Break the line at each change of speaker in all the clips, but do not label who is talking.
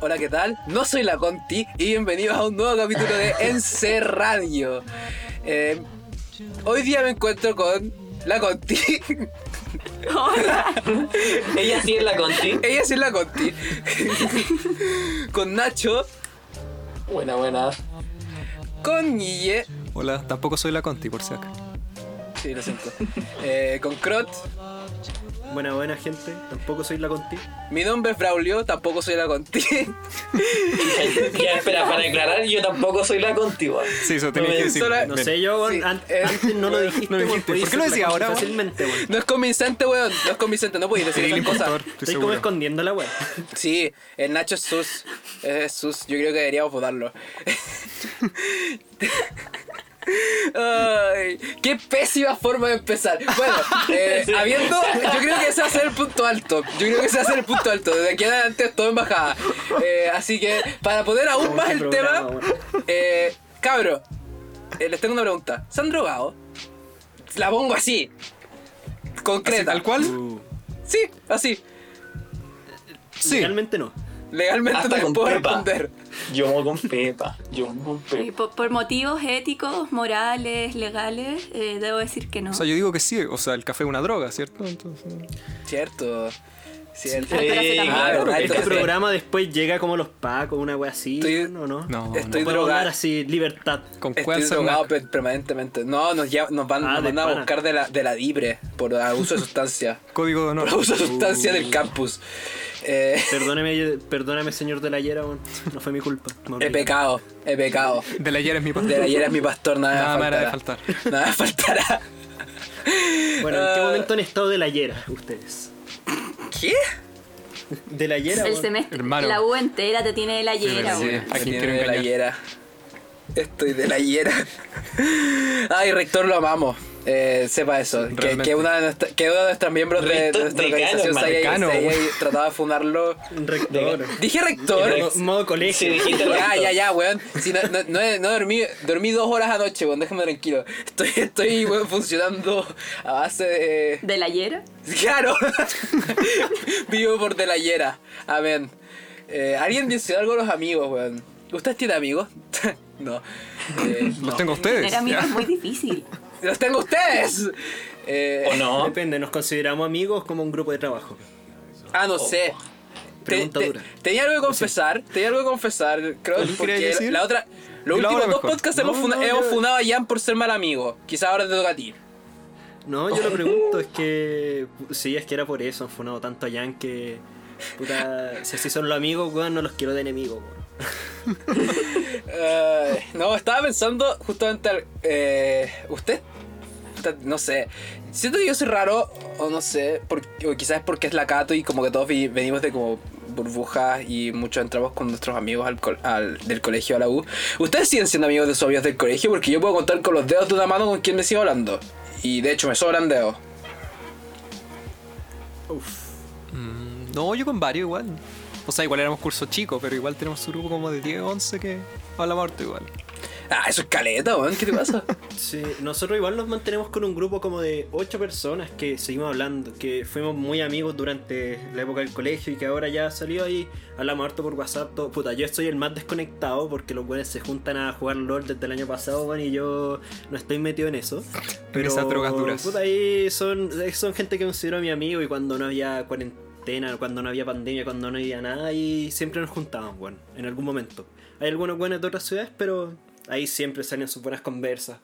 Hola, ¿qué tal? No soy la Conti y bienvenidos a un nuevo capítulo de Ence Radio. Eh, hoy día me encuentro con la Conti.
Ella sí es la Conti.
Ella sí es la Conti. con Nacho,
Buena, buena.
con Guille.
Hola, tampoco soy la Conti, por si acaso.
Sí, lo siento. Eh, con Crot.
Buena, buena gente, tampoco soy la Conti.
Mi nombre es Braulio, tampoco soy la Conti.
Ya, espera, para aclarar, yo tampoco soy la Conti, weón.
Sí, eso tenía
No,
que
eh,
decir.
sola-
No
Ven.
sé, yo, weón,
Sí,
an-
eh,
antes no lo dijiste,
no lo
weón,
dijiste.
podéis
¿Por qué lo
ser
decía
la
ahora,
Conti
weón?
Fácilmente, weón.
No es convincente, weón. No es convincente, no podéis decir
Eres el
esas cosas.
impostor, estoy
Estoy como
seguro.
escondiendo la weá.
Sí, el Nacho es sus. Es sus. Yo creo que deberíamos votarlo. Ay, qué pésima forma de empezar. Bueno, eh, habiendo. Yo creo que ese va a ser el punto alto. Yo creo que ese va a ser el punto alto. Desde aquí en adelante es todo en bajada. Eh, así que, para poner aún
Como
más
este
el
programa,
tema, eh, cabro, eh, les tengo una pregunta. ¿Se han drogado? La pongo así.
Así,
Concreta.
¿Tal cual?
Uh. Sí, así.
Sí.
Realmente no.
Legalmente
Hasta
no les
con
puedo
pepa.
responder.
Yo me con pepa. Yo me con
Y
pepa.
por, por motivos éticos, morales, legales, eh, debo decir que no.
O sea, yo digo que sí. O sea, el café es una droga, ¿cierto? Entonces...
Cierto. Cierto.
Sí,
eh,
claro,
claro,
Ay,
Este
entonces-
programa después llega como los pacos, una weá así,
Estoy-
¿no? No,
No,
Estoy
no.
Puedo hablar
drogado.
así, libertad.
¿Con cuál
Estoy
se
drogado pe- permanentemente. No, nos, lle- nos van,
Ah,
nos
de
van a
pana.
buscar de la, de la libre por abuso de sustancia.
Código de honor. Uh.
Por abuso de sustancia del campus. Eh,
Perdóname, perdóname, señor de la hiera, weón. No fue mi culpa. Me
he
olvidé.
pecado, he pecado.
De la ayer es mi
De la
padre.
ayer es mi pastor, nada,
Nada
me
me hará de
faltará. Nada me faltará.
Bueno, ¿en qué
Ah.
momento han estado de la hiera ustedes?
¿Qué?
De la hiera,
el
weón.
semestre,
Hermano.
la U entera te tiene de la hiera,
Sí,
weón.
¿a quién
Tiene
quiero
de la
engañar?
hiera. Estoy de la hiera. Ay, rector, lo amamos. Eh, sepa eso. Que,
Realmente.
que una de nuestra- que uno de nuestros miembros de, de
Rector
nuestra
decano,
organización se haya,
hermano,
se haya
decano,
tratado de funarlo.
Un rector.
Dije rector.
Mo- Modo
Sí,
colegio. Ah,
dijiste lo
Ya,
justo.
ya, ya, weón. Si no, no, no, he- no dormí, dormí dos horas anoche, weón. Déjame tranquilo. Estoy, estoy weón, funcionando a base de.
¿De la hiera?
¡Claro! Vivo por de la hiera. Amén. Eh, Alguien dice algo a los amigos, weón. ¿Ustedes tienen amigos? no. Eh,
Los tengo a ustedes.
Tener amigos
ya.
es muy difícil.
¡Los tengo a ustedes! Eh,
¿O no?
Depende, nos consideramos amigos como un grupo de trabajo.
Ah, no sé. Te-
Pregunta
te-
dura.
tenía algo que confesar, tenía algo que confesar, creo,
¿Algo
porque
querías decir?
la otra. Los
Dilo ahora
últimos dos
mejor.
podcasts
No,
hemos, funa-
no,
hemos
yo-
funado a Jan por ser mal amigo. Quizás ahora te toca a ti.
No, yo lo pregunto, es que. Sí, es que era por eso, han funado tanto a Jan que. Puta, si así son los amigos, weón, no los quiero de enemigos, weón.
Eh, no, estaba pensando justamente al- eh, usted. Puta, No sé. Siento que yo soy raro, o no sé, porque, o quizás es porque es la Cato y como que todos vi- venimos de como burbujas y muchos entramos con nuestros amigos al col- al- del colegio a la U. Ustedes siguen siendo amigos de sus amigos del colegio porque yo puedo contar con los dedos de una mano con quien me sigo hablando. Y de hecho me sobran dedos.
Mm, No, yo con varios igual. O sea, igual éramos curso chico, pero igual tenemos un grupo como de 10, 11 que hablamos harto igual.
Ah, eso es caleta, weón, ¿qué te pasa?
Sí, nosotros igual nos mantenemos con un grupo como de ocho personas que seguimos hablando, que fuimos muy amigos durante la época del colegio y que ahora ya salió ahí, hablamos harto por WhatsApp, todo. Puta, yo estoy el más desconectado porque los güeyes se juntan a jugar LOL desde el año pasado, weón, y yo no estoy metido en eso. Pero
esas drogas duras.
Puta, ahí son, son gente que considero mi amigo y cuando no había cuarentena, cuando no había pandemia, cuando no había nada, y siempre nos juntábamos, bueno, en algún momento. Hay algunos buenos de otras ciudades, pero ahí siempre salen sus buenas conversas.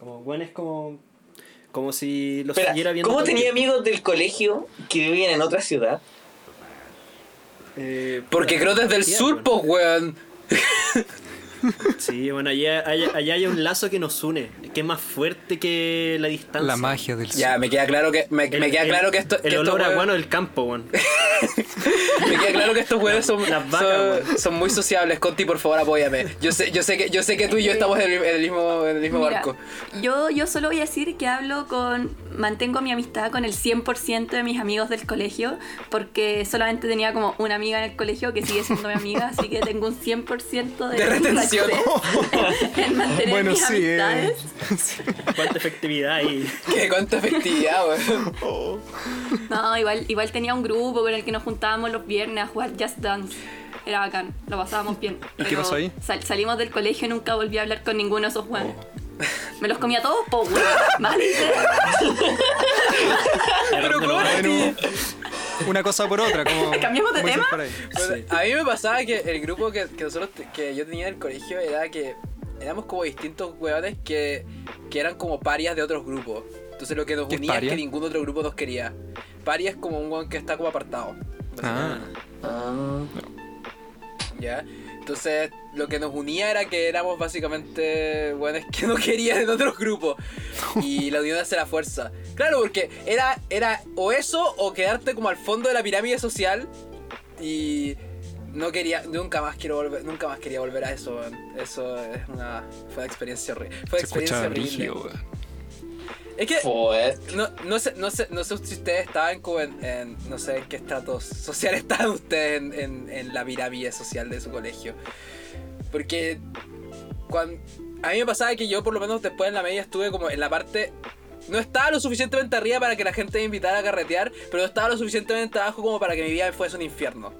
Como buenos como. Como si los
Espera,
siguiera viendo.
¿cómo
todo el
tenía
tiempo.
amigos del colegio que vivían en otra ciudad?
Eh, puta,
Porque creo desde el
tía,
sur,
weón.
pues, weón.
Sí, bueno, allá, allá, allá hay un lazo que nos une, que es más fuerte que la distancia.
La magia del
Ya, me queda claro que, me,
El-
me queda
el-
claro que esto. que
El
estos
olor a
weón-
guano del campo, weón.
Me queda claro que estos güeyes son,
Las vacas,
son-
weón.
son muy sociables. Conti, por favor, apóyame. Yo sé, yo sé, que, yo sé que tú y yo estamos en el, en el mismo, en el mismo
Mira,
barco.
yo, yo solo voy a decir que hablo con, mantengo mi amistad con el 100% de mis amigos del colegio, porque solamente tenía como una amiga en el colegio que sigue siendo mi amiga, así que tengo un 100% de,
De retención.
success en mantener
Bueno,
mis
sí, eh.
amistades.
Cuánta efectividad y.
Qué cuánta festividad, weón.
No, igual, igual tenía un grupo con el que nos juntábamos los viernes a jugar Just Dance. Era bacán, lo pasábamos bien.
¿Y qué
Pero
pasó ahí?
sal- salimos del colegio y nunca volví a hablar con ninguno de esos weones.
Oh.
Me los comía todos, po, weón. Vale.
Pero
Error de
Cori. Una cosa por otra, como.
¿Cambiamos de
como dicen
tema?
por ahí.
Bueno, A mí me pasaba que el grupo que, que nosotros te- que yo tenía en el colegio era que éramos como distintos hueones que, que eran como parias de otros grupos. Entonces lo que nos
¿Qué es
unía es
paria?
que ningún otro grupo nos quería. Paria es como un hueón que está como apartado.
Ah,
Ah,
¿Ya? Entonces lo que nos unía era que éramos básicamente hueones que no querían en otros grupos. Y la unión hace la fuerza. Claro, porque era, era o eso o quedarte como al fondo de la pirámide social y no quería, nunca más quiero volver, nunca más quería volver a eso, weón. Eso es una, fue una experiencia horrible. Fue
se
una experiencia
escucha
horrible.
brígido, weón.
Es que
fuerte.
no, no sé, no sé, no sé si ustedes estaban como en, en- no sé en qué estratos social estaban ustedes en, en- en la pirámide social de su colegio. Porque cuando, a mí me pasaba que yo por lo menos después en la media estuve como en la parte... No estaba lo suficientemente arriba para que la gente me invitara a carretear, pero no estaba lo suficientemente abajo como para que mi vida fuese un infierno.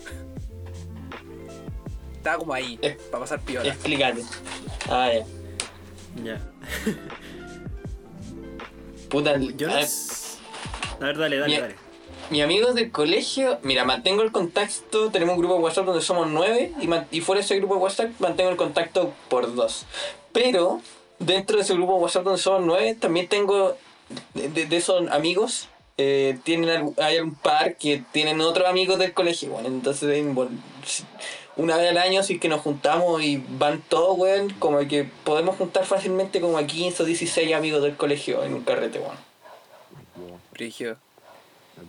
Estaba como ahí,
Eh.
para pasar piola.
Explícate. Ah, ya.
Ya.
Puta,
Yo
a-
no s- A ver, dale, dale,
Mira.
dale.
mis amigos del colegio, mira, mantengo el contacto, tenemos un grupo de WhatsApp donde somos nueve y, man- y fuera de ese grupo de WhatsApp mantengo el contacto por dos. Pero dentro de ese grupo de WhatsApp donde somos nueve, también tengo de, de- de esos amigos, eh, tienen algu- hay un par que tienen otros amigos del colegio, bueno, entonces eh, bueno, si- una vez al año si es que nos juntamos y van todos, weón, como que podemos juntar fácilmente como a 15 o 16 amigos del colegio en un carrete, bueno.
Brigio.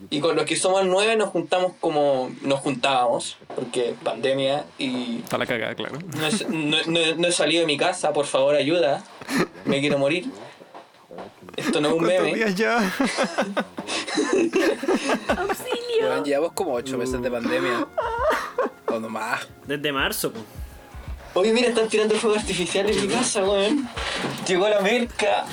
Y con los que somos nueve nos juntamos como nos juntábamos, porque pandemia y
Está la cagada, claro.
no, he- no- no- no he salido de mi casa, por favor ayuda, me quiero morir. Esto no es un
¿Cuántos
meme.
días ya?
Weón,
¡Auxilio!
llevamos como 8 meses de pandemia. O no más.
Desde marzo, pues.
Oye, mira, están tirando fuego artificial en mi casa, weón. Llegó la merca.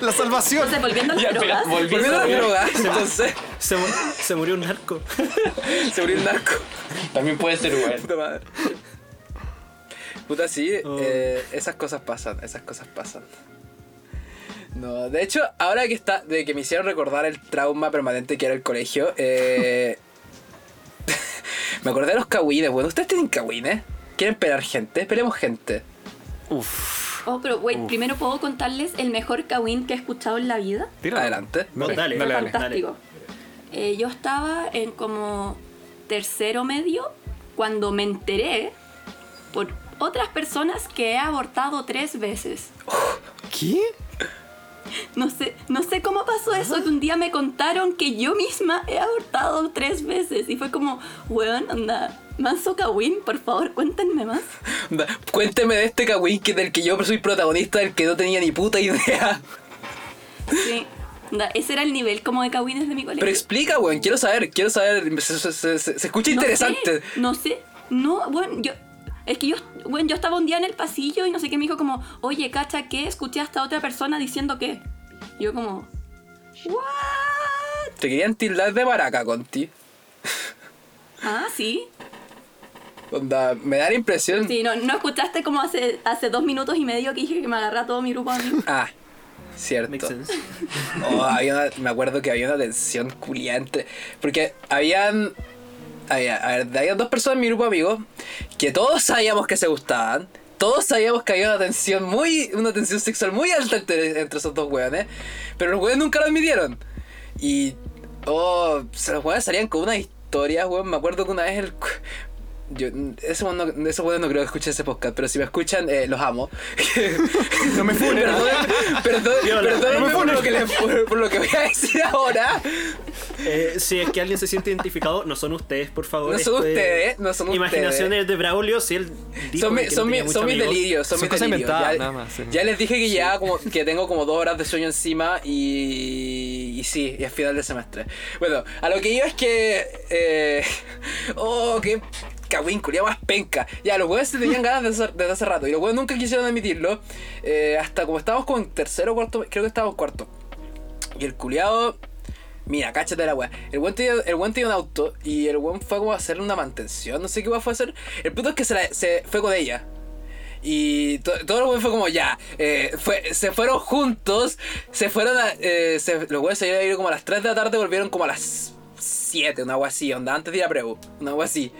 La salvación.
Entonces, volviendo a las
Ya, espera,
drogas.
Volviendo a
volviendo
la
a la
droga, entonces
Se, mu- se murió un narco.
se murió el narco.
También puede ser, weón.
Puta madre. Puta, sí,
Oh.
eh, esas cosas pasan, esas cosas pasan. No, de hecho, ahora que está, de que me hicieron recordar el trauma permanente que era el colegio, eh, me acordé de los cagüines. Bueno, ¿ustedes tienen cagüines? ¿Quieren pelar gente? Esperemos gente.
Uf.
Oh, pero wait, primero puedo contarles el mejor kawin que he escuchado en la vida.
Tírala.
Adelante.
Vos, Oh, dale.
Oh, dale, dale.
fantástico. Eh, yo estaba en como tercero medio cuando me enteré por otras personas que he abortado tres veces.
¿Qué?
No sé, no sé cómo pasó eso, que un día me contaron que yo misma he abortado tres veces y fue como, weón, anda, manso Kawin, por favor, cuéntenme más.
Onda, Cuénteme de este cagüín que del que yo soy protagonista, del que no tenía ni puta idea.
Sí, onda, ese era el nivel como de Kawines de mi colegio.
Pero explica, weón, quiero saber, quiero saber. Se, se- se- se- se escucha
No sé,
interesante.
No sé, no, bueno, yo. Es que yo, bueno, yo estaba un día en el pasillo y no sé qué me dijo como, oye, cacha, ¿qué? Escuché a esta otra persona diciendo que. Yo como, ¿what?
Te querían tildar de baraca, Conti.
Ah, sí.
Onda, me da la impresión.
Sí, no, no escuchaste como hace, hace dos minutos y medio que dije que me agarré a todo mi grupo a mí.
Ah,
Makes
cierto.
sense.
Oh, había una- me acuerdo que había una tensión culia entre- Porque habían. Había, Ah, a ver, había dos personas en mi grupo de amigos que todos sabíamos que se gustaban. Todos sabíamos que había una tensión muy. una tensión sexual muy alta entre, entre esos dos weones. Pero los weones nunca lo admitieron. Y. Oh, se los weones salían con unas historias, weón. Me acuerdo que una vez el. cu- Yo, ese weón no, esos weones no creo que escuchen ese podcast, pero si me escuchan, eh, los amo.
No me funen.
Perdón, perdón,
Viola.
perdónenme
No me
por lo, que les- por- por lo que voy a decir ahora.
Eh, si es que alguien se siente identificado, no son ustedes, por favor.
No son
Esto es
ustedes, no son
Imaginaciones de Braulio, si él dijo
Son, mi-
que no
son, mi-
tenía muchos
son mis
amigos.
delirios, son,
Son
mis
cosas
delirios.
inventadas,
ya,
nada más, sí.
ya les dije que ya como, que tengo como dos horas de sueño encima y, y sí, y es final de semestre. Bueno, a lo que iba es que... eh, oh, qué cagüín, culiao más penca. Ya, los weones se tenían ganas desde hace, desde hace rato y los weones nunca quisieron admitirlo. eh, hasta como estábamos con tercero o cuarto, creo que estábamos cuarto. Y el culiado Mira, cáchate la weá. El weón tenía, el weón tenía un auto y el weón fue como a hacerle una mantención. No sé qué weá fue a hacer. El punto es que se, la- se fue con ella. Y to- todo el weón fue como ya. eh, fue, se fueron juntos. Se fueron a. eh, se- los weones se iban a ir como a las 3 de la tarde. Volvieron como a las 7, una agua así. Onda, antes de ir a Prevo. Una agua así.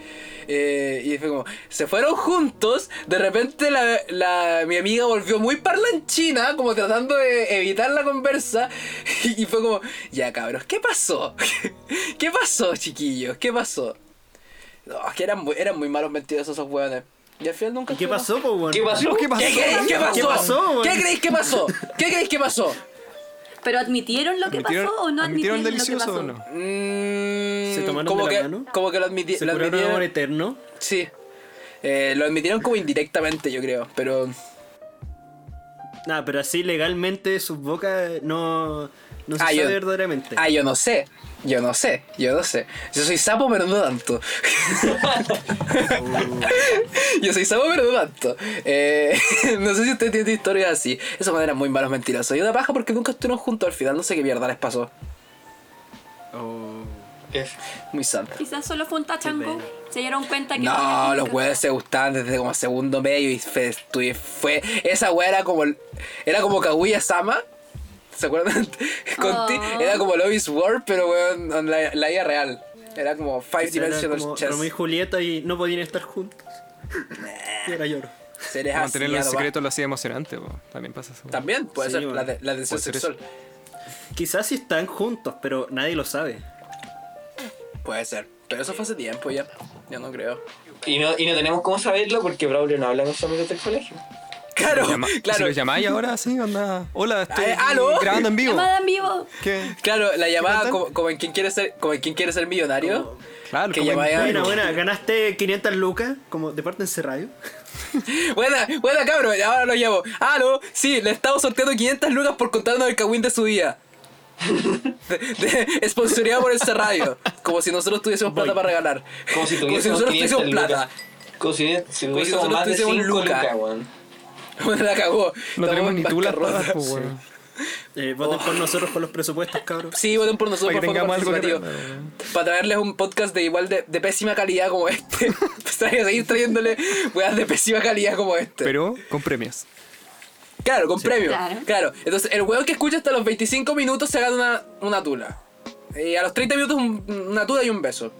Eh, y fue como. Se fueron juntos. De repente la, la- mi amiga volvió muy parlanchina. Como tratando de evitar la conversa. Y, y fue como. Ya cabros, ¿qué pasó? ¿Qué pasó, chiquillos? ¿Qué pasó? No, es que eran muy, eran muy malos mentirosos esos weones. Y al final nunca
¿Y qué
estuvieron-
pasó, po, weón?
¿Qué pasó?
¿Qué pasó?
¿Qué creéis que pasó?
¿Qué pasó, weón?
¿Qué creéis que pasó? ¿Qué creéis que pasó?
¿Pero admitieron lo que
¿Admitieron-
pasó o no admitieron,
admitieron delicioso
lo
o
que pasó?
Ah,
no?
Mm,
¿Se tomaron
como
de la
que,
mano?
Como que lo, admiti-
¿Se
lo
curaron
admitieron.
amor eterno?
Sí. Eh, lo admitieron como indirectamente, yo creo. Pero.
Nah, pero así legalmente sus bocas no, no se
Ah,
sabe
yo-
verdaderamente.
Ah, yo no sé. Yo no sé. Yo no sé. Yo soy sapo, pero no tanto. yo soy sapo, pero no tanto. Eh, no sé si usted tiene historias así. Esos maneras muy malos mentirosos. Y una paja porque nunca estuvieron juntos al final. No sé qué mierda les pasó.
Oh.
Es-
Muy santa.
Quizás solo fue un tachango.
Qué
Se dieron cuenta que.
No, los weones se gustaban desde como segundo medio y fe- estu- fue. Esa wea era como. el- Era como Kaguya Sama. ¿Se acuerdan? Conti.
Oh.
Era como Love is War, pero weón, en la, la vida real. Era como Five
Era
Dimensional
como
Chess.
Romeo y Julieta y no podían estar juntos. Y ahora lloro.
Se les
Mantenerlo en
hacía nomás.
secreto lo hacía emocionante, po. también pasa eso.
También puede
Sí,
ser
weón.
la, de- la tensión
Puede ser
sexual.
Quizás sí están juntos, pero nadie lo sabe.
Puede ser. Pero eso fue hace tiempo ya. Yo no creo.
Y no, y no tenemos cómo saberlo porque Braulio no habla con sus amigos del colegio.
Claro,
Llama- Si
claro.
los llamáis ahora, sí, onda. Hola, estoy
Eh,
Ah,
¿aló?
grabando en vivo.
Llamada en vivo.
¿Qué?
Claro, la llamada
tal?
como, como en quien quiere ser, como en quien quiere ser millonario.
Como-
Claro,
Que
como en-
llamaba-
Buena, buena, ganaste 500 lucas, como de parte en Cerrayo.
Buena, buena cabrón, ahora lo llamo. Aló, sí, le estamos sorteando 500 lucas por contarnos el cagüín de su día. De- de- Esponsoreado por esta radio. Como si nosotros tuviésemos plata para regalar.
Como si
Como si
tuviésemos
nosotros
500
tuviésemos plata.
lucas. Como si, si tuviésemos
nosotros
más de
tuviésemos
5 lucas,
lucas.
weón.
Bueno, la cagó.
No tenemos ni tú
tulas
las pagas, po, weón.
Eh,
Oh.
voten por nosotros con los presupuestos, cabros.
Sí, voten por nosotros
Para
por
que
favor,
tengamos algo que
participativo. Para traerles un podcast de igual de, de pésima calidad como este. Pues trae- seguir trayéndole weas de pésima calidad como este.
Pero con premios.
Claro, con premio. Claro.
Claro.
Entonces, el weón que escucha hasta los 25 minutos se gana una, una tula. Y a los 30 minutos, un- una tula y un beso.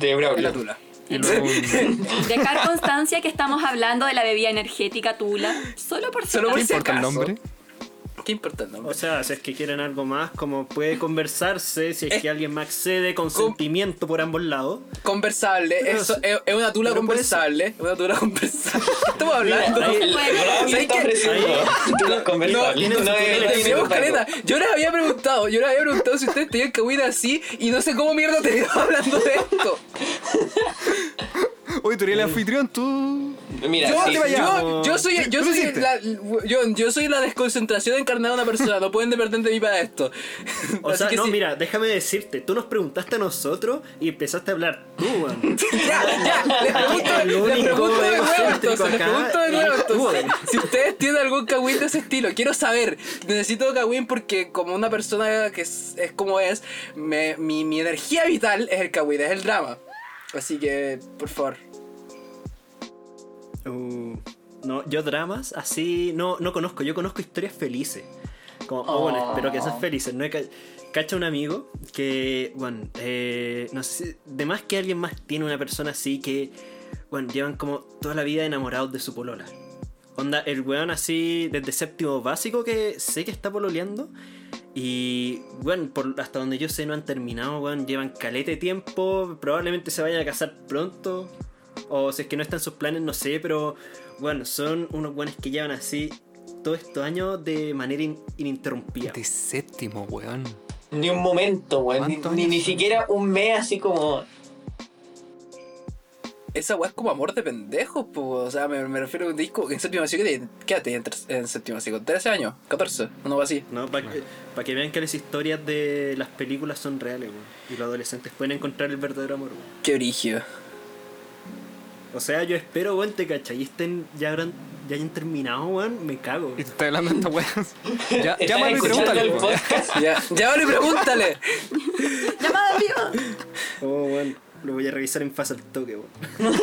De
Es la
Braulio.
tula.
Y luego un-
Dejar constancia que estamos hablando de la bebida energética Tula. Solo por si
Solo por
¿Qué
acaso.
si
importa el
acaso.
nombre?
Qué importante, ¿no?
O sea, si es que quieren algo más, como puede conversarse, si es que alguien más accede, consentimiento por ambos lados.
Conversable.
Pero
eso,
sí.
es, es una tula
Pero por eso.
conversable. Es una tula conversable. ¿Qué estamos
El-
hablando?
el Braulio
¿Sabes
está
qué?
ofreciendo las conversables.
no,
No,
no,
es-
no,
es-
Tenemos caleta. Yo les había preguntado, yo les había preguntado si ustedes tenían cagüina así y no sé cómo mierda terminamos hablando de esto.
Oye, tú eres el
Mm.
anfitrión, tú.
Mira,
Yo,
sí,
te vayas.
yo, yo soy, yo
Tú lo
soy
hiciste.
la, yo, yo soy la desconcentración encarnada de una persona. No pueden depender de mí para esto.
O
Así
sea,
que
no,
sí.
mira, déjame decirte, tú nos preguntaste a nosotros y empezaste a hablar tú, weón.
Ya, ya, les pregunto,
El
les
único
pregunto de nuevo
egocéntrico
entonces, les
acá
pregunto de
es
nuevo
tú,
entonces.
weón.
Si ustedes tienen algún cagüín de ese estilo, quiero saber. Necesito cagüín porque como una persona que es, es como es, me- mi, mi energía vital es el cagüín, es el drama. Así que, por favor.
Uh, no, yo dramas así no, no conozco, yo conozco historias felices. Como, oh, bueno, espero que sean felices. No he ca- cacha un amigo que, bueno, eh, no sé, si- de más que alguien más tiene una persona así que, bueno, llevan como toda la vida enamorados de su polola. Onda, el weón así desde séptimo básico que sé que está pololeando. Y, bueno, por, hasta donde yo sé no han terminado, weón. Llevan calete tiempo. Probablemente se vayan a casar pronto. O si es que no están sus planes, no sé. Pero, bueno, son unos weones que llevan así todos estos años de manera in- ininterrumpida.
De séptimo, weón.
Ni un momento, weón. Ni,
¿Cuántos
ni,
años
ni
son?
siquiera un mes así como.
Esa weá es como amor de pendejos, pues. O sea, me, me refiero a un disco en séptimo básico. que- Quédate en, ter- en séptimo básico. 13 años, 14, uno así.
No, para que, pa' que vean que las historias de las películas son reales, weón. Y los adolescentes pueden encontrar el verdadero amor, weón.
Qué brígido.
O sea, yo espero, weón, te cachai, estén, ya habrán, ya hayan terminado, weón, me cago.
Y te está hablando esta weá. Ya,
Estaba
llámalo y
escuchando
pregúntale.
el
po.
podcast.
Ya, llámalo y pregúntale.
¡Llamada en vivo!
Oh, weón, lo voy a revisar en fase al toque, weón.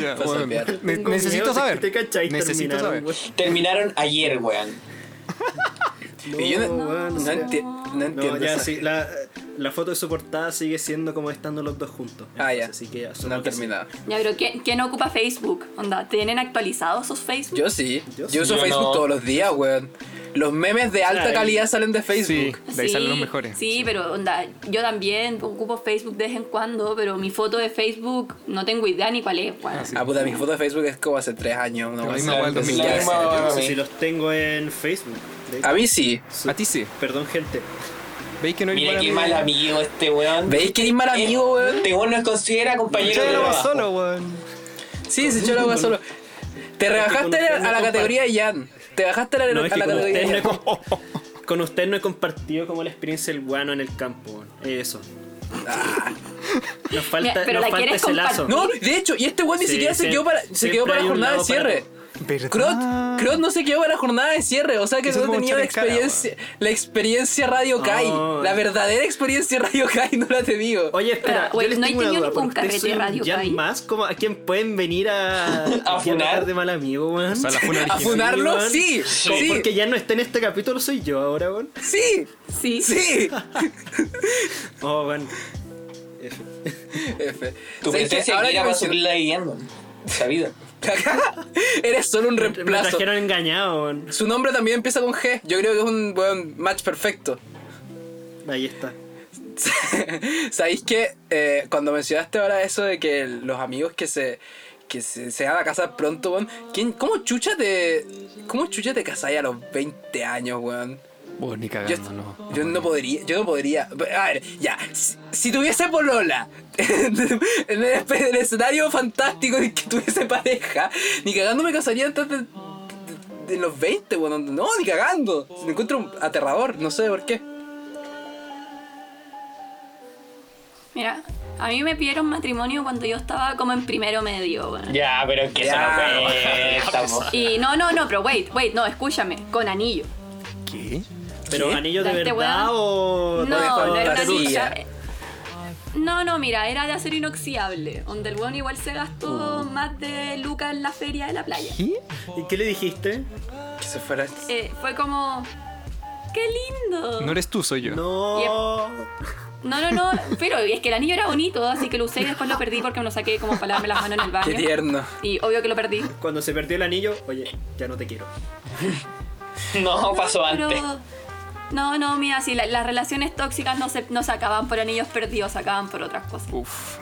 Ya,
Vas a
weón.
enviar.
Ne-
Tengo
necesito
miedo de
saber.
que te cachai,
necesito saber.
terminaron,
Terminaron ayer, weón.
weón.
Y yo no-
weón,
No,
o sea,
enti- no entiendo.
No, ya
esa-
sí, la, la foto de su portada sigue siendo como estando los dos juntos.
Ah, ya.
Así que ya,
no
supongo
han
que sí.
terminado.
Ya, pero ¿quién, quién ocupa Facebook? Onda, ¿tienen actualizado sus Facebook?
Yo sí.
Yo
Yo,
sí.
uso
Yo
Facebook
no.
todos los días, weón. Los memes de alta
Claro.
calidad salen de
Sí,
Facebook.
de ahí salen los mejores.
Sí, pero onda, yo también ocupo Facebook de vez en cuando, pero mi foto de Facebook no tengo idea ni cuál es. weón.
sí.
Ah, puta, mi foto de Facebook es como hace tres años. No,
La
más.
misma weá del
Entonces,
2015.
ya
Yo no
Ah,
sé
sí.
si los tengo en Facebook. de
sé.
hecho.
A mí sí.
Su-
A ti sí.
Perdón, gente.
Veis que no hay
Mira
igual
qué
a mí.
mal amigo este weón.
¿Veis que es mal amigo, weón?
Este weón nos considera compañero
Yo
de
ya lo hago
trabajo.
solo, weón.
Sí, se echó el agua solo. Te rebajaste
usted
a
no
la, a la
comparto.
categoría de Jan. Te bajaste a la,
No,
a
es que
la
con
categoría
ustedes no,
de
he
Jan.
com- con ustedes no he compartido como la experiencia del guano en el campo. weón. Eso. Ah. Nos falta,
Mira, pero
nos
la
falta
quieres
ese lazo.
No, de hecho, y este weón ni
Sí,
siquiera se
sí,
quedó para, se
siempre
quedó para
hay
la
un
jornada de
lado para
cierre.
¿Verdad?
Crot, Crot no se quedó para la jornada de cierre, o sea que
Eso es
no
como
tenía la
echar en cara,
experiencia, la experiencia Radio Kai,
Ah.
la verdadera experiencia Radio Kai, no la he tenido.
Oye, espera,
Espera, güey,
yo les
no he
tengo una
tenido
duda,
ningún
¿por ustedes
carrete
son
radio
ya
ahí.
más como a quien pueden venir a, aquí
funar?
hablar de mal amigo, weón.
O sea, la
¿A
funa original.
funarlo?
weón.
Sí,
Como
sí,
Porque ya no está en este capítulo, soy yo ahora, weón.
sí,
Sí.
sí.
Oh, weón. F.
F.
Tu
¿Sabes qué?
presencia
Ahora
aquí
que
era para
mencioné-
subirla guiando. Sabido.
Eres solo un
Me
reemplazo.
trajeron engañado, weón.
Su nombre también empieza con G. Yo creo que es un buen match perfecto.
Ahí está.
¿Sabéis que cuando mencionaste ahora eso de que los amigos que se que se, se van a casar pronto, weón, ¿quién, ¿cómo chucha te cómo chucha te casáis a los 20 años, weón?
Weón, ni
Yo,
cagando, no.
yo no podría, yo no podría. A ver, ya, si, si tuviese polola en el, en el escenario fantástico de que tuviese pareja, ni cagando me casaría antes de, de- de los 20, weón. No, ni cagando. Me encuentro aterrador, no sé por qué.
Mira, a mí me pidieron matrimonio cuando yo estaba como en primero medio. weón.
Ya, pero es que eso no
Ya,
cuenta, po.
Y no, no, no, pero wait, wait, no, escúchame, con anillo.
¿Qué?
Pero
¿Qué?
anillo de
¿Este
verdad
weón?
o.
No, no era un anillo.
fantasía.
ya- eh, No, no, mira, era de acero inoxidable, donde el weón igual se gastó más de lucas en la feria de la playa.
¿Qué?
¿Y qué le dijiste?
Que se fuera.
Eh, fue como, qué lindo.
No eres tú, soy yo.
No.
No, no, no, pero es que el anillo era bonito, así que lo usé y después lo perdí porque me lo saqué como para lavarme las manos en el
Qué
baño.
tierno.
Y obvio que lo perdí.
Cuando se perdió el anillo, oye, ya no te quiero.
No, pasó
Pero-
antes.
No, no, mira, si las relaciones tóxicas no se, no se acaban por anillos perdidos, se acaban por otras cosas.
Uf.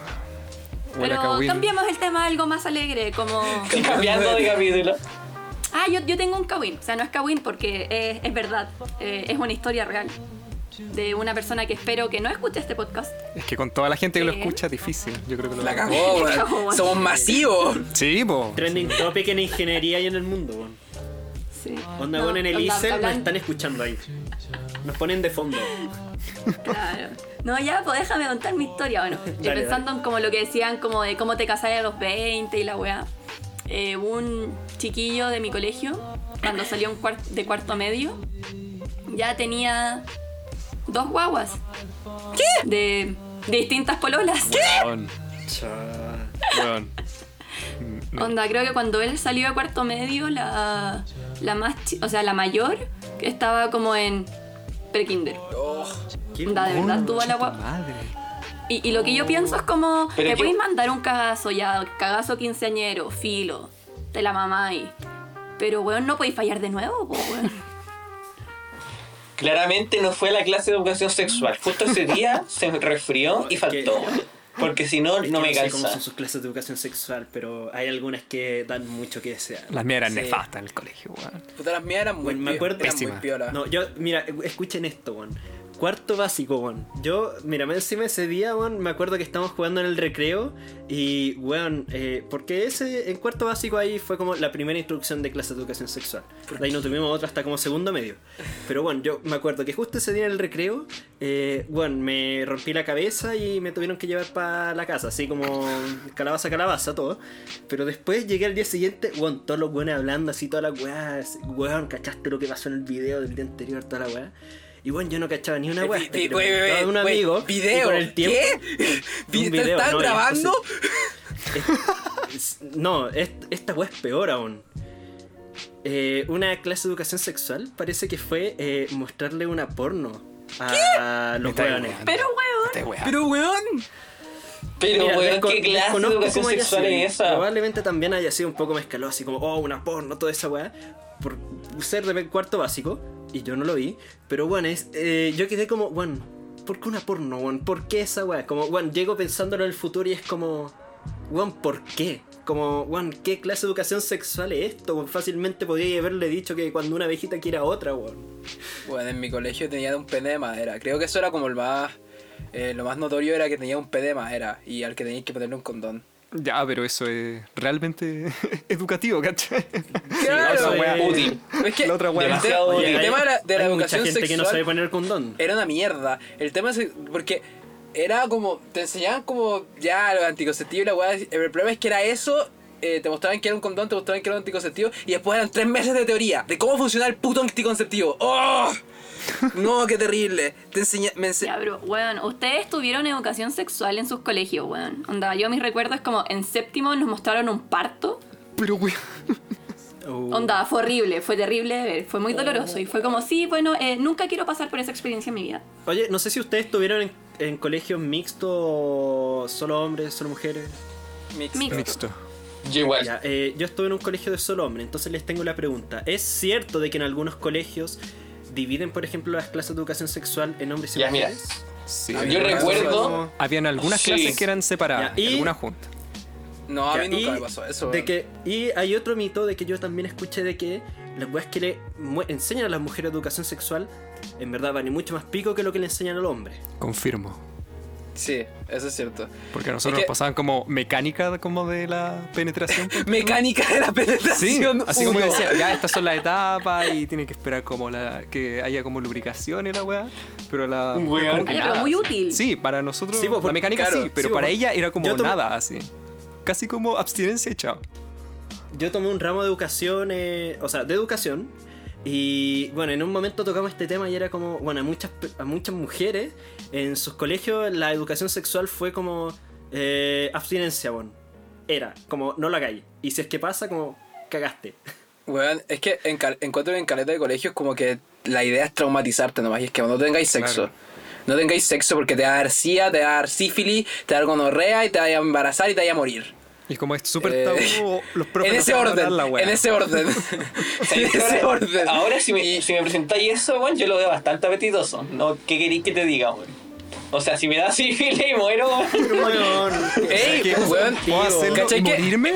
Huele a
Pero
cagüín.
cambiemos el tema a algo más alegre, como...
Y cambiando de capítulo.
Ah, yo, yo tengo un Kawin. O sea, no es Kawin porque es, es verdad. Eh, es una historia real. De una persona que espero que no escuche este podcast.
Es que con toda la gente que lo
¿Qué?
escucha es difícil. Yo creo que lo
La cagó,
La cagó,
weón.
weón.
Somos masivos.
Sí, po.
Trending topic en ingeniería y en el mundo, weón.
Sí.
Onda,
No,
weón, en el
onda,
ISEL nos
hablan-
están escuchando ahí. Nos ponen de fondo.
Claro. No, ya, pues déjame contar mi historia. Bueno, yo
Dale,
pensando en como lo que decían, como de cómo te casabas a los 20 y la weá. Eh, hubo un chiquillo de mi colegio, cuando salió un cuar- de cuarto medio, ya tenía dos guaguas. ¿Qué? De, de distintas pololas.
Weón.
Cha.
Weón. No.
Onda, creo que cuando él salió a cuarto medio, la, la más, chi- o sea, la mayor, que estaba como en prekinder.
Oh,
¿Qué?
Onda, de verdad
Concha
tuvo la
tu
guapa.
Madre.
Y, y lo que yo pienso es como,
Pero
te
yo-
podéis mandar un cagazo ya, cagazo quinceañero, filo, te la mamáis. Pero, weón, no podéis fallar de nuevo, po, weón.
Claramente no fue a la clase de educación sexual. Justo ese día se me resfrió y
Es que-
faltó. Porque si no,
Es que
no me
sé cómo
cansa.
son sus clases de educación sexual, pero hay algunas que dan mucho que desear.
Las mías eran
Sí.
nefastas en el colegio, weón.
Puta, las mías eran muy,
Bueno, me
pi-
acuerdo-
eran muy
Pésima.
piola.
No, yo, mira, escuchen esto, weón. Cuarto básico, weón. Yo, mira, me- encima ese día, weón, me acuerdo que estábamos jugando en el recreo y, weón, eh, porque ese, en cuarto básico ahí fue como la primera instrucción de clase de educación sexual. De ahí no tuvimos otra hasta como segundo medio. Pero, bueno, yo me acuerdo que justo ese día en el recreo, eh, weón, me rompí la cabeza y me tuvieron que llevar para la casa, así como calabaza, calabaza, todo. Pero después llegué al día siguiente, weón, todos los weones hablando así, todas las weas, weón, ¿cachaste lo que pasó en el video del día anterior, toda la wea? Y bueno, yo no cachaba ni una
Eh,
wea.
vi-
hasta
vi-
que le
güey,
preguntaba a un
güey,
amigo. y
Video.
con el tiempo,
¿Qué?
Un
Vi- ¿Te
video,
están
no, ya,
grabando?
Es- No, es- esta wea es peor aún. Eh, una clase de educación sexual parece que fue eh, mostrarle una porno a los
estáis
weones.
weando.
Pero, weón.
Te wea.
Pero weón.
Pero,
Mira,
weón,
desco-
¿qué clase de
desconozco
educación
cómo haya
sexual
sido.
es esa?
Probablemente también haya sido un poco mezclado, así como, oh, una porno, toda esa weá. Por ser de cuarto básico, y yo no lo vi. Pero bueno, es, eh, yo quedé como, bueno, ¿por qué una porno, weón? ¿Por qué esa weá? Como, bueno, llego pensándolo en el futuro y es como, weón, ¿por qué? Como, weón, ¿qué clase de educación sexual es esto? weón? Fácilmente podría haberle dicho que cuando una viejita quiera a otra, weón.
Bueno, en mi colegio tenía un pene de madera. Creo que eso era como el más. eh, lo más notorio era que tenía un pene de madera y al que tenías que ponerle un condón.
Ya, pero eso es realmente educativo, ¿cachai?
Claro,
la otra
weón.
wea-
Útil.
Es que
la otra wea-
el, te-
Demasiado-
el
Oye,
tema de la, de la
hay mucha
educación
gente
sexual Eh,
que no sabe poner condón.
era una mierda. El tema es porque era como te enseñaban como ya lo anticonceptivo y la weá. El problema es que era eso. eh, te mostraban que era un condón, te mostraban que era un anticonceptivo y después eran tres meses de teoría de cómo funciona el puto anticonceptivo. ¡Oh! No, qué terrible. Te enseña, me ense-
Ya, bro, weón, ustedes tuvieron educación sexual en sus colegios, weón. Onda, yo mis recuerdos como en séptimo nos mostraron un parto.
Pero, weón.
Uh.
Oh.
Onda, fue horrible, fue terrible de ver, fue
Oh.
muy doloroso. Y fue como, sí, bueno, eh, nunca quiero pasar por esa experiencia en mi vida.
Oye, no sé si ustedes estuvieron en, en colegios mixtos, o solo hombres, solo mujeres.
Mixto.
Mixto.
Mixto.
Yo igual.
Ya, eh, yo estuve en un colegio de solo hombres, entonces les tengo la pregunta. ¿Es cierto de que en algunos colegios dividen, por ejemplo, las clases de educación sexual en hombres y
Ya, mira.
mujeres?
Sí.
Ah,
Yo
Habían
recuerdo.
clases-
Habían algunas
Sí.
clases que eran separadas,
Ya, y-
algunas juntas.
No, a
Ya,
mí nunca
y
me pasó eso.
De
weón.
que, y hay otro mito de que yo también escuché de que las weas que le mu- enseñan a las mujeres educación sexual en verdad van y mucho más pico que lo que le enseñan al hombre.
Confirmo.
Sí, eso es cierto.
Porque a nosotros
Es que-
nos pasaban como mecánica como de la penetración. pues.
Mecánica de la
Sí,
penetración.
así como
uno.
decía, ya estas son las etapas y tienen que esperar como la que haya como lubricación y la weá, pero la
Weón.
como que
Oye,
nada,
pero muy
así.
útil.
Sí, para nosotros
Sí, pues,
la
porque-
mecánica
claro,
sí, pero
sí,
para
pues,
ella era como
yo tomo-
nada así. Casi como abstinencia y chao.
yo tomé un ramo de educación, eh, o sea, de educación. Y bueno, en un momento tocamos este tema y era como, bueno, a muchas, pe- a muchas mujeres en sus colegios la educación sexual fue como eh, abstinencia, bueno. Era, como no la caí. Y si es que pasa, como cagaste.
Weón, es que en cal- encuentro que en caleta de colegios como que la idea es traumatizarte nomás y es que no tengáis sexo.
Claro.
No tengáis sexo porque te va a dar sida, te va a dar sífilis, te va a dar gonorrea y te va a embarazar y te va a morir.
Y como es súper
Eh,
tabú, los profes
en
no
ese
saben hablar
orden,
la weá.
en ese orden. en ese orden.
Ahora, si me, si me presentáis eso, weón, yo lo veo bastante apetitoso. No, ¿Qué queréis que te diga, weón? O sea, si me das sífilis y muero, weón.
Ey,
¿Qué?
weón,
¿Puedo hacerlo
¿cachai
y
que
morirme?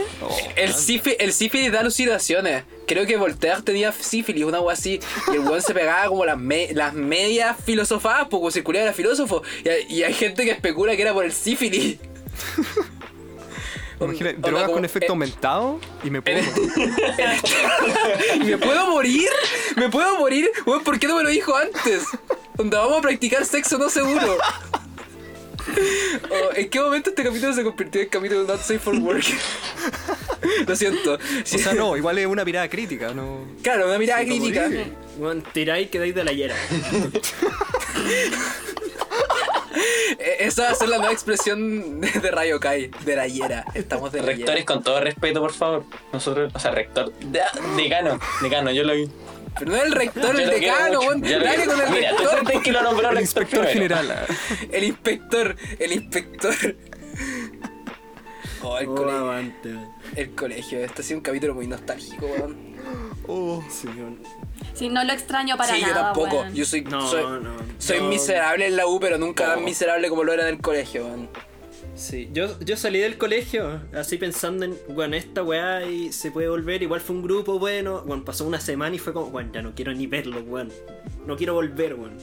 El, sífi- el sífilis da alucinaciones. Creo que Voltaire tenía sífilis, una agua así. Y el weón se pegaba como las, me- las medias filosofadas, porque se culiaba era filósofo. Y hay, y hay gente que especula que era por el sífilis.
Imagina,
Onda,
drogas
como-
con efecto
eh,
aumentado y me pongo.
en- ¿Me puedo morir? ¿Me puedo morir? Weón, ¿por qué no me lo dijo antes? Onda, vamos a practicar sexo no seguro. Oh, ¿En qué momento este capítulo se convirtió en capítulo Not Safe for Work? Lo siento.
O sea, no, igual es una mirada crítica, no.
Claro, una mirada crítica.
Bueno, tiráis, quedáis de la hiera.
Eh, Esa va a ser la nueva expresión de de Rayo Kai, de la hiera. Estamos de la hiera.
Rectores, con todo respeto, por favor. Nosotros, o sea, rector. de- Decano, decano, yo lo vi.
Pero no el
Yo
rector, el
lo quiero
decano,
mucho,
weón.
yo lo
Dale
quiero.
con el
Mira, tú
rector,
sentís que lo nombró
El
rector
inspector
primero.
general. ah.
El inspector, el inspector. Oh, el,
Oh,
colegio,
aguante, weón.
el colegio. Este ha sido un capítulo muy nostálgico, weón.
Oh.
Sí, weón.
Sí, no lo extraño para
sí,
nada.
yo tampoco.
weón.
Yo soy,
No,
soy,
no,
soy
no.
miserable en la U, pero nunca tan
No.
miserable como lo era en el colegio, weón.
Sí, yo, yo salí del colegio así pensando en, bueno, esta weá y se puede volver, igual fue un grupo bueno, bueno, pasó una semana y fue como, bueno, ya no quiero ni verlo, weón, no quiero volver, weón.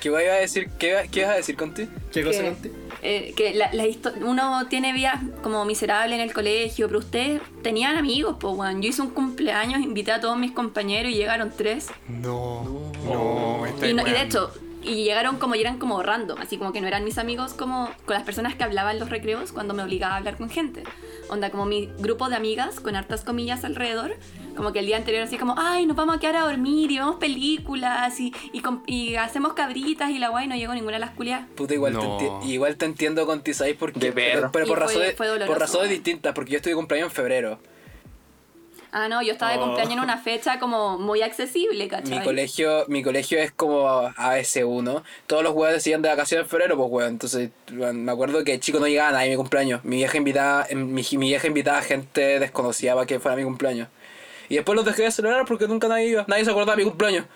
¿Qué iba a decir? ¿Qué, qué ibas a decir, Conti?
¿Qué cosa
que,
Conti?
eh, que la- la histo- uno tiene vidas como miserable en el colegio, pero ustedes tenían amigos, po, weón. Yo hice un cumpleaños, invité a todos mis compañeros y llegaron tres.
No, no, me estáis
Y, no- y de
weando.
hecho, y llegaron como y eran como random, así como que no eran mis amigos como con las personas que hablaba en los recreos cuando me obligaba a hablar con gente. Onda, como mi grupo de amigas con hartas comillas alrededor, como que el día anterior así como, ay, nos vamos a quedar a dormir y vemos películas y, y, com- y hacemos cabritas y la guay, no llegó ninguna de las culiadas.
Puta, igual, te,
No.
enti- igual te entiendo, Conti, ¿sabes? Porque,
De
pero,
perro.
pero por,
Y fue-
razones,
fue doloroso.
por razones distintas, porque yo estuve de cumpleaños en febrero.
Ah, no, yo estaba de
Oh.
cumpleaños en una fecha como muy accesible, ¿cachai?
Mi colegio, mi colegio es como AS1. Todos los huevos decían de vacaciones en febrero, pues huevón. Entonces, weón, me acuerdo que chico no llegaba a nadie a mi cumpleaños. Mi vieja invitaba, em, mi, mi vieja invitaba a gente desconocida para que fuera a mi cumpleaños. Y después los dejé de celebrar porque nunca nadie iba. Nadie se acordaba de mi cumpleaños.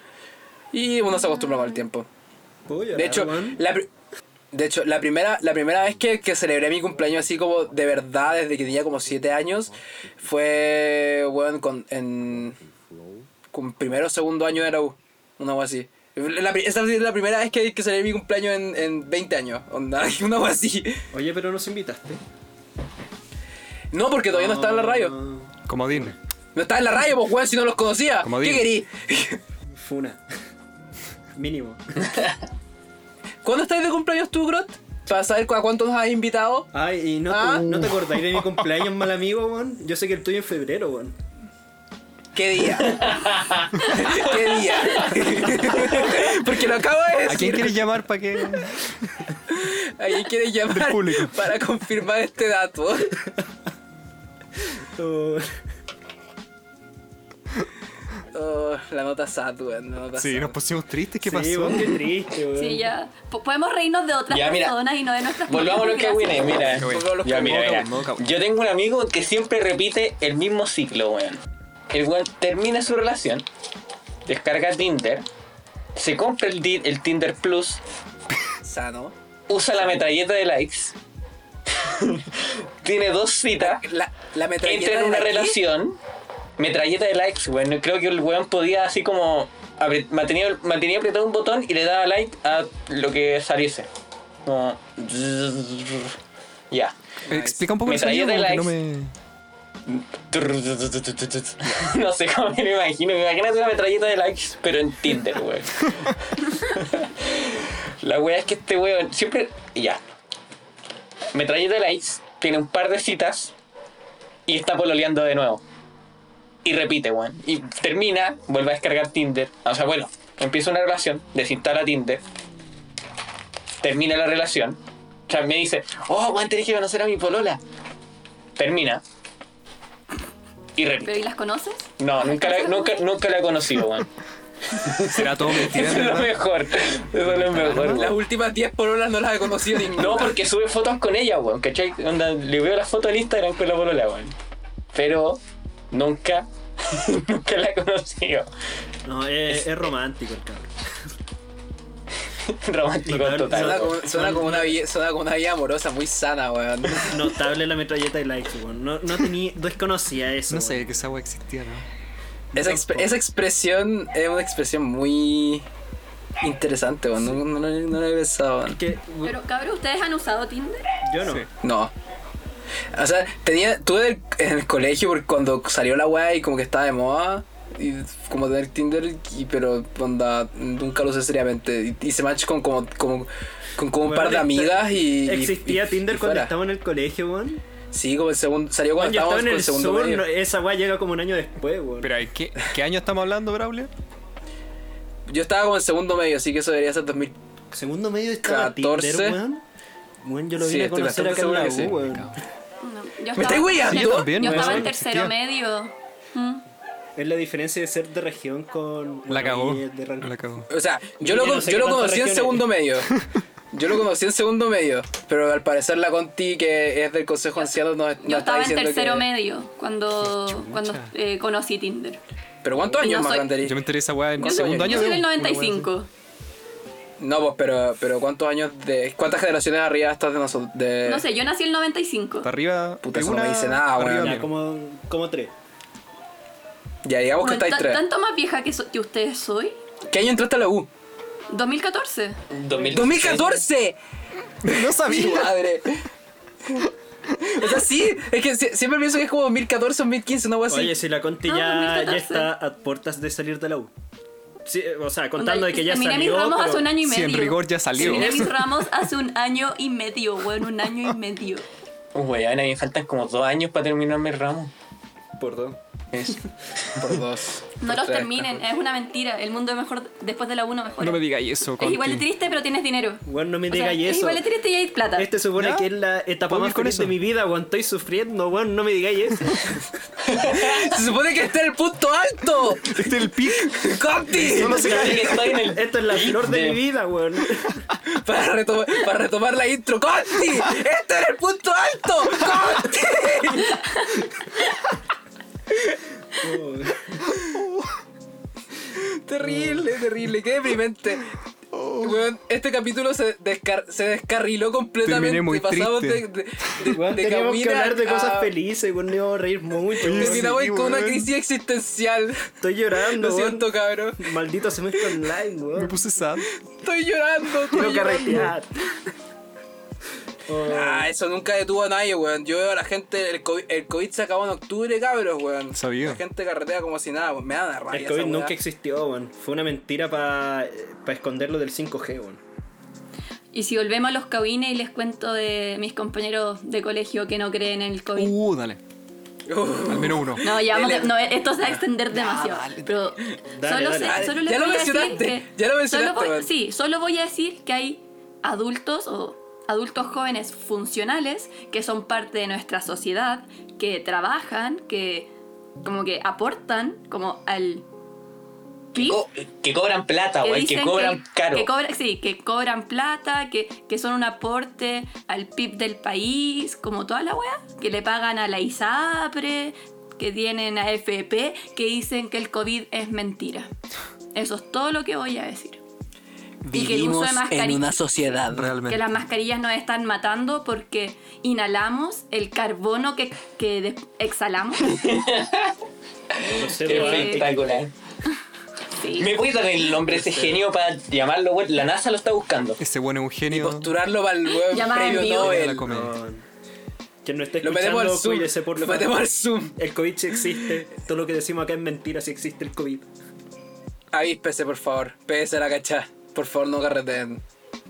Y uno se acostumbra con el tiempo.
Puedo llorar,
De hecho,
weón.
la, pri- de hecho, la primera, la primera vez que, que celebré mi cumpleaños así como de verdad, desde que tenía como 7 años, fue, weón, con, en con primero o segundo año de la U, una cosa así. La, pri- esa es la primera vez que, que celebré mi cumpleaños en, en 20 años, onda, una cosa así.
Oye, pero nos invitaste.
No, porque todavía no estaba en la radio.
Ah,
Como Disney.
No estaba en la radio, pues, weón, si no los conocía.
Como
¿Qué
digo.
querí?
Funa. Mínimo.
¿Cuándo estáis de cumpleaños tú, Grot? Para saber cu- a cuántos nos has invitado.
Ay, ¿y no,
Ah.
no te acordáis de mi cumpleaños, mal amigo, weón? Yo sé que el tuyo en febrero, weón.
¿Qué día? ¿Qué día? Porque lo acabo de
¿A quién
decir.
quieres llamar para que.?
¿A quién quieres llamar
Del público.
para confirmar este dato?
Oh,
Oh, la nota sad, weón. La nota
Sí,
sad.
nos pusimos tristes, ¿qué
sí,
pasó?
weón, qué triste, weón.
Sí, ya. Po- podemos reírnos de otras
Ya, mira.
personas y no de nuestras
Volvamos a lo que
propias
viene, mira.
Qué bueno.
Volvamos a lo
Ya,
que
mira,
viene,
mira.
no, cabrón.
Yo tengo un amigo que siempre repite el mismo ciclo, weón. El weón termina su relación, descarga Tinder, se compra el, di- el Tinder Plus,
Sano.
usa la metralleta de likes, tiene dos citas,
La, la metralleta
entra en
de
una
la aquí,
relación, metralleta de likes, weón. Creo que el weón podía así como apre- mantenía, mantenía apretado un botón y le daba like a lo que saliese. Como- Ya.
Eh, Explica un poco el
Mientras
sonido,
yo
como
te
que no
likes.
me.
No sé cómo me lo imagino. Imagínate una metralleta de likes, pero en Tinder, weón. La weá es que este weón siempre. Ya. Metralleta de likes, tiene un par de citas y está pololeando de nuevo. Y repite, weón. Y termina, vuelve a descargar Tinder. O sea, bueno, empieza una relación, desinstala Tinder, termina la relación. O sea, me dice, oh, weón, tenés que conocer a mi polola. Termina. Y repite.
¿Pero y las conoces?
No, nunca la, nunca, nunca la he conocido, weón.
Será todo mentira,
Eso es lo
¿verdad?
mejor. Eso es lo mejor.
Las últimas 10 pololas no las he conocido ninguna.
No, porque sube fotos con ella, weón. ¿Cachai? Onda, le veo la foto en Instagram con la polola, weón. Pero nunca, nunca la he conocido.
No, es, es romántico el cabrón.
Romántico
Suena
Total,
total.
como, suena como una vida, suena como una vida amorosa muy sana, weón.
Notable la metralleta de likes, weón. No, no tenía, desconocía eso.
No
weón.
sé que esa agua existía, ¿no?
Esa, exp- esa expresión es una expresión muy interesante, weón. No, no, no- no la he pensado, weón.
Que, weón,
Pero cabrón, ¿ustedes han usado Tinder?
yo no.
Sí.
No. O sea, tenía, tuve el- en el colegio porque cuando salió la weá y como que estaba de moda, y como tener Tinder, y, pero onda, nunca lo usé seriamente. Y hice match con como, como- con como un
Weón,
par de
exi-
amigas y...
Existía
y- y-
Tinder
y
cuando
fuera.
estábamos en el colegio, weón.
Sí, como el segundo... Salió cuando
Weón, yo
estábamos
estaba en
con
el
el segundo
sur,
medio.
no- esa weá llega como un año después, weón.
Pero, ¿y ¿qué, ¿qué año estamos hablando, Braulio?
eh.
Yo estaba como en segundo medio, así que eso debería ser 2000...
Segundo medio estaba
14.
Tinder, weón. Weón, yo lo
Sí,
vine a
estoy
conocer
bastante
acá en la U,
seguro que sí.
weón.
No. Yo
estáis weyando?
Yo,
También,
yo
weón.
estaba en tercero
Hostia.
medio. Mm.
Es la diferencia de ser de región con...
La
bueno,
cagó.
y de rango.
La cagó.
O sea, yo
Yo
lo,
no
con-
sé
yo
qué
lo
tanta
conocí en
región
segundo medio. Yo lo conocí en segundo medio, pero al parecer la Conti, que es del Consejo Anciano, nos, nos
Yo
está
estaba en
diciendo
tercero
que...
medio cuando, cuando eh, conocí Tinder.
¿Pero cuántos
Yo
años más
soy-
grande eres?
Yo me enteré de esa weá en
¿Cuántos
segundo
años?
año.
Yo soy
de
del
U, una weá así.
95.
No, pues, pero, pero ¿cuántos años de. ¿Cuántas generaciones arriba estás de nosotros? De...
No sé, yo nací el 95.
Está arriba.
Puta,
de
eso no
una,
me dice nada, weón.
arriba
Ya,
mío.
como, como tres.
Ya, digamos que
Bueno,
estáis
tan-
tres.
tanto más vieja que, so- que ustedes soy.
¿Qué año entraste a la U?
2014.
2014.
No
Mi
sabía.
madre. O sea, sí, es que sie- siempre pienso que es como 2014 o 2015, una wea así.
Oye, si la Conti
No,
ya,
2014.
ya está a puertas de salir de la U. Sí, eh, o sea,
Onda,
contando de que ya
terminé
salió.
mis ramos
pero-
hace un año y
Si
medio.
en rigor ya salió.
Terminé mis ramos hace un año y medio, weón, un año y medio.
Weón, a mí me faltan como dos años para terminar mi ramo.
Por dos.
Es-
Por dos.
No
por
los
tres,
terminen, es una mentira. El mundo es mejor después de la 1 mejor.
No me digáis eso,
es igual de
Conti.
triste, pero tienes dinero.
Weón, no me
O sea,
digáis
Es
eso.
igual de triste y hay plata.
Este supone
¿Ya?
que es la etapa
¿Puedo
más
ir con
feliz
eso?
de mi vida, weón. Estoy sufriendo, weón. No me digáis eso.
cabrón. Se supone que está en el punto alto.
Este es el pic.
¡Conti!
No sé.
Así que estoy en el-
Esto es la flor de mi vida, weón.
Para, retomar, para retomar la intro. ¡Conti! ¡Este era el punto alto! ¡Conti! terrible, terrible. Qué deprimente. Weón, este capítulo se, descar- se descarriló completamente.
Terminé muy
Pasamos
triste.
de, de, de-
Weón,
de
teníamos que
Kawina
hablar de cosas
a-
felices, weón. No íbamos a reír mucho. weón.
Terminamos
Sí,
con una
weón.
crisis existencial.
Estoy llorando,
Lo
weón.
siento, cabrón.
Maldito semestre online,
Me
weón.
puse sad.
Estoy llorando. Estoy
Quiero
llorando.
carretear.
Ah, eso nunca detuvo a nadie, weón. Yo veo a la gente, el COVID, el COVID se acabó en octubre, cabros, weón.
Sabía.
La gente carretea como si nada, weón. Me da una rabia.
El
esa
COVID
weá.
nunca existió, weón. Fue una mentira para esconderlo del 5G, weón.
Y si volvemos a los cabines y les cuento de mis compañeros de colegio que no creen en el COVID.
Uh, dale. Al menos uno.
No, ya vamos a-
Dele. Ah,
no, esto se va a extender demasiado. Pero
Dale,
solo,
dale.
sé-
Dale,
solo les
ya lo
voy a decir
mencionaste,
que-
ya lo mencionaste,
solo voy-
weón.
sí, solo voy a decir que hay adultos o adultos jóvenes funcionales que son parte de nuestra sociedad, que trabajan, que como que aportan como al PIB.
co- que cobran plata, weón, que
dicen
cobran caro.
que cobra- sí, que cobran plata, que, que son un aporte al PIB del país, como toda la weá, que le pagan a la ISAPRE, que tienen a FP, que dicen que el COVID es mentira. Eso es todo lo que voy a decir. Y que el uso de mascarilla-
sociedad.
Que
Realmente.
las mascarillas nos están matando porque inhalamos el carbono que, que de- exhalamos.
No sé,
Qué
weón.
espectacular.
Sí.
¿Me puedes dar el nombre de ese genio para llamarlo, weón? La NASA lo está buscando.
Ese bueno es un
Y
genio.
posturarlo para el weón
Llamada en
premio
vivo.
La
Nobel.
comedia.
Weón. Quien no esté
Lo metemos
escuchando,
al Zoom.
cuídese, por
Lo
favor.
metemos al Zoom.
El COVID sí existe. Todo lo que decimos acá es mentira si existe el COVID.
Avíspese, por favor. Pese la cacha. Por favor, no carreteen.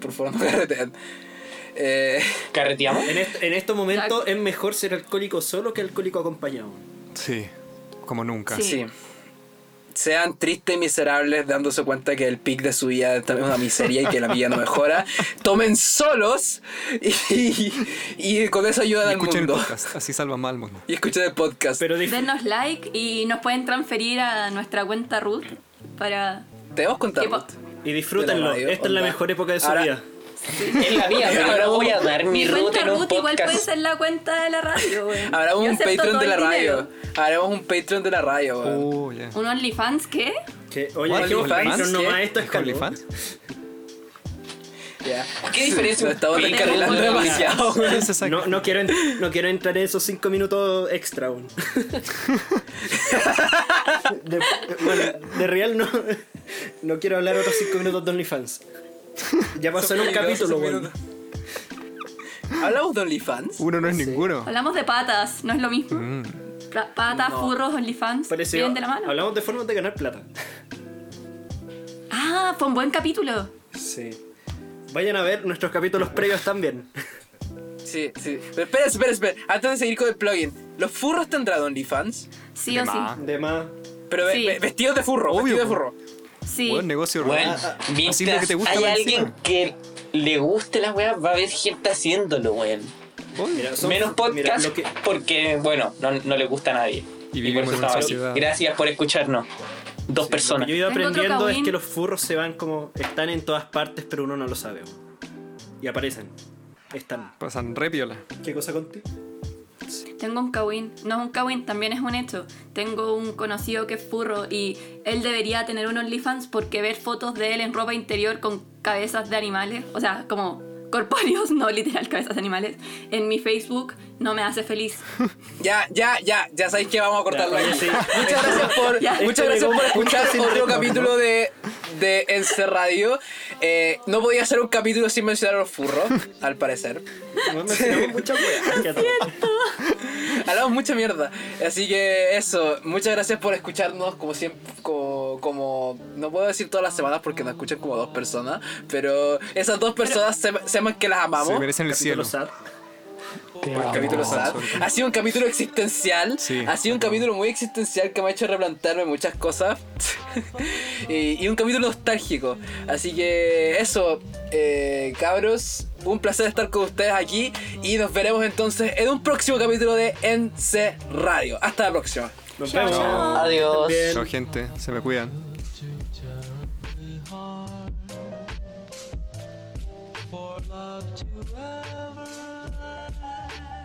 Por favor, no carreteen. Eh,
¿Carreteamos?
En, est- en estos momentos es mejor ser alcohólico solo que alcohólico acompañado.
Sí. Como nunca.
Sí.
sí. Sean tristes y miserables dándose cuenta que el pic de su vida es una miseria y que la vida no mejora. Tomen solos y, y- y con eso ayudan
Y
al
escuchen el
mundo.
podcast. Así salvan más al mundo.
y escuchen el podcast.
Pero dif-
Denos like y nos pueden transferir a nuestra cuenta Ruth para
Tenemos contar.
que po-
y disfrútenlo.
radio,
Esta es la
onda.
mejor época de su
Ahora-
vida.
Es la mía, pero ahora voy a dar mi
Mi
ruta
cuenta
en un
Ruth igual puede
podcast.
ser la cuenta de la radio, güey.
Hablamos
Yo
un
acepto
Patreon
todo
de la
el
radio.
dinero.
Hablamos un Patreon de la radio, weón.
Oh, ya.
¿Un OnlyFans qué?
Que- oye,
¿Cuál
dijimos
OnlyFans?
Patreon
¿Qué?
nomás, esto es
¿Dijo
calor.
OnlyFans?
Ya.
¿Qué diferencia?
Lo estamos
Patreon
descarrilando
con OnlyFans?
demasiado,
Sí,
weón.
se saca.
No, no quiero en- no quiero entrar en esos 5 minutos extra aún. De, bueno, de real no, no quiero hablar otros 5 minutos de OnlyFans. Ya pasó en un capítulo, weón.
¿Hablamos de OnlyFans?
Uno no Mm. es ninguno.
Hablamos de patas, ¿no es lo mismo? Ra- Patas,
No.
furros, OnlyFans.
Parecido-
Vienen de la mano.
Hablamos de formas de ganar plata.
Ah, fue un buen capítulo.
Sí. Vayan a ver nuestros capítulos previos también.
Sí, sí. Pero espera, espera, espera. Antes de seguir con el plugin, ¿los furros tendrán OnlyFans?
Sí
De
o sí.
más.
De más.
Pero ve-
Sí.
ve- vestidos de furro,
Obvio,
vestidos de
po.
furro.
Sí.
Buen negocio.
Bueno,
real.
mientras
Ah, Así es lo que te gusta
hay
más
alguien
encima.
que le guste la weá, va a haber gente haciéndolo, weón.
Uy,
Mira, son-
Menos podcast
mira, lo que-
porque, bueno, no, no le gusta a nadie.
Y
por
vivimos
eso
en una
estamos aquí.
sociedad.
Gracias por escucharnos. Dos personas.
Yo he ido
Tengo otro
aprendiendo es
Kawin.
que los furros se van como. están en todas partes, pero uno no lo sabe. weón. Y aparecen. Están.
Pasan re piola.
¿Qué cosa contigo?
Tengo un kawin. No es un kawin, también es un hecho. Tengo un conocido que es furro y él debería tener un OnlyFans porque ver fotos de él en ropa interior con cabezas de animales, o sea, como corpóreos, no literal cabezas de animales, en mi Facebook no me hace feliz.
Ya, ya, ya, ya sabéis que vamos a cortarlo
Ya,
ahí.
sí.
Muchas gracias por,
Ya.
muchas
Esto
gracias
llegó
por
a un punto
escuchar
sin
otro
retorno.
capítulo de de Encerradio. Eh, no podía hacer un capítulo sin mencionar a los furros, al parecer.
Bueno, tenemos muchas weas que hacer.
Hablamos mucha mierda. Así que eso, muchas gracias por escucharnos. Como siempre, como, como- no puedo decir todas las semanas porque nos escuchan como dos personas, pero esas dos personas se- sepan que las amamos.
Se merecen el cielo.
Capítulo sad.
El capítulo sad. Ha sido un capítulo existencial.
Sí.
Ha sido un capítulo muy existencial que me ha hecho replantearme muchas cosas. y, y un capítulo nostálgico. Así que eso, eh, cabros. Un placer estar con ustedes aquí. Y nos veremos entonces en un próximo capítulo de NC Radio. Hasta la próxima.
Nos
Chao,
vemos.
chao.
Adiós.
Bien.
Chao, gente. Se me cuidan.
for love to ever last.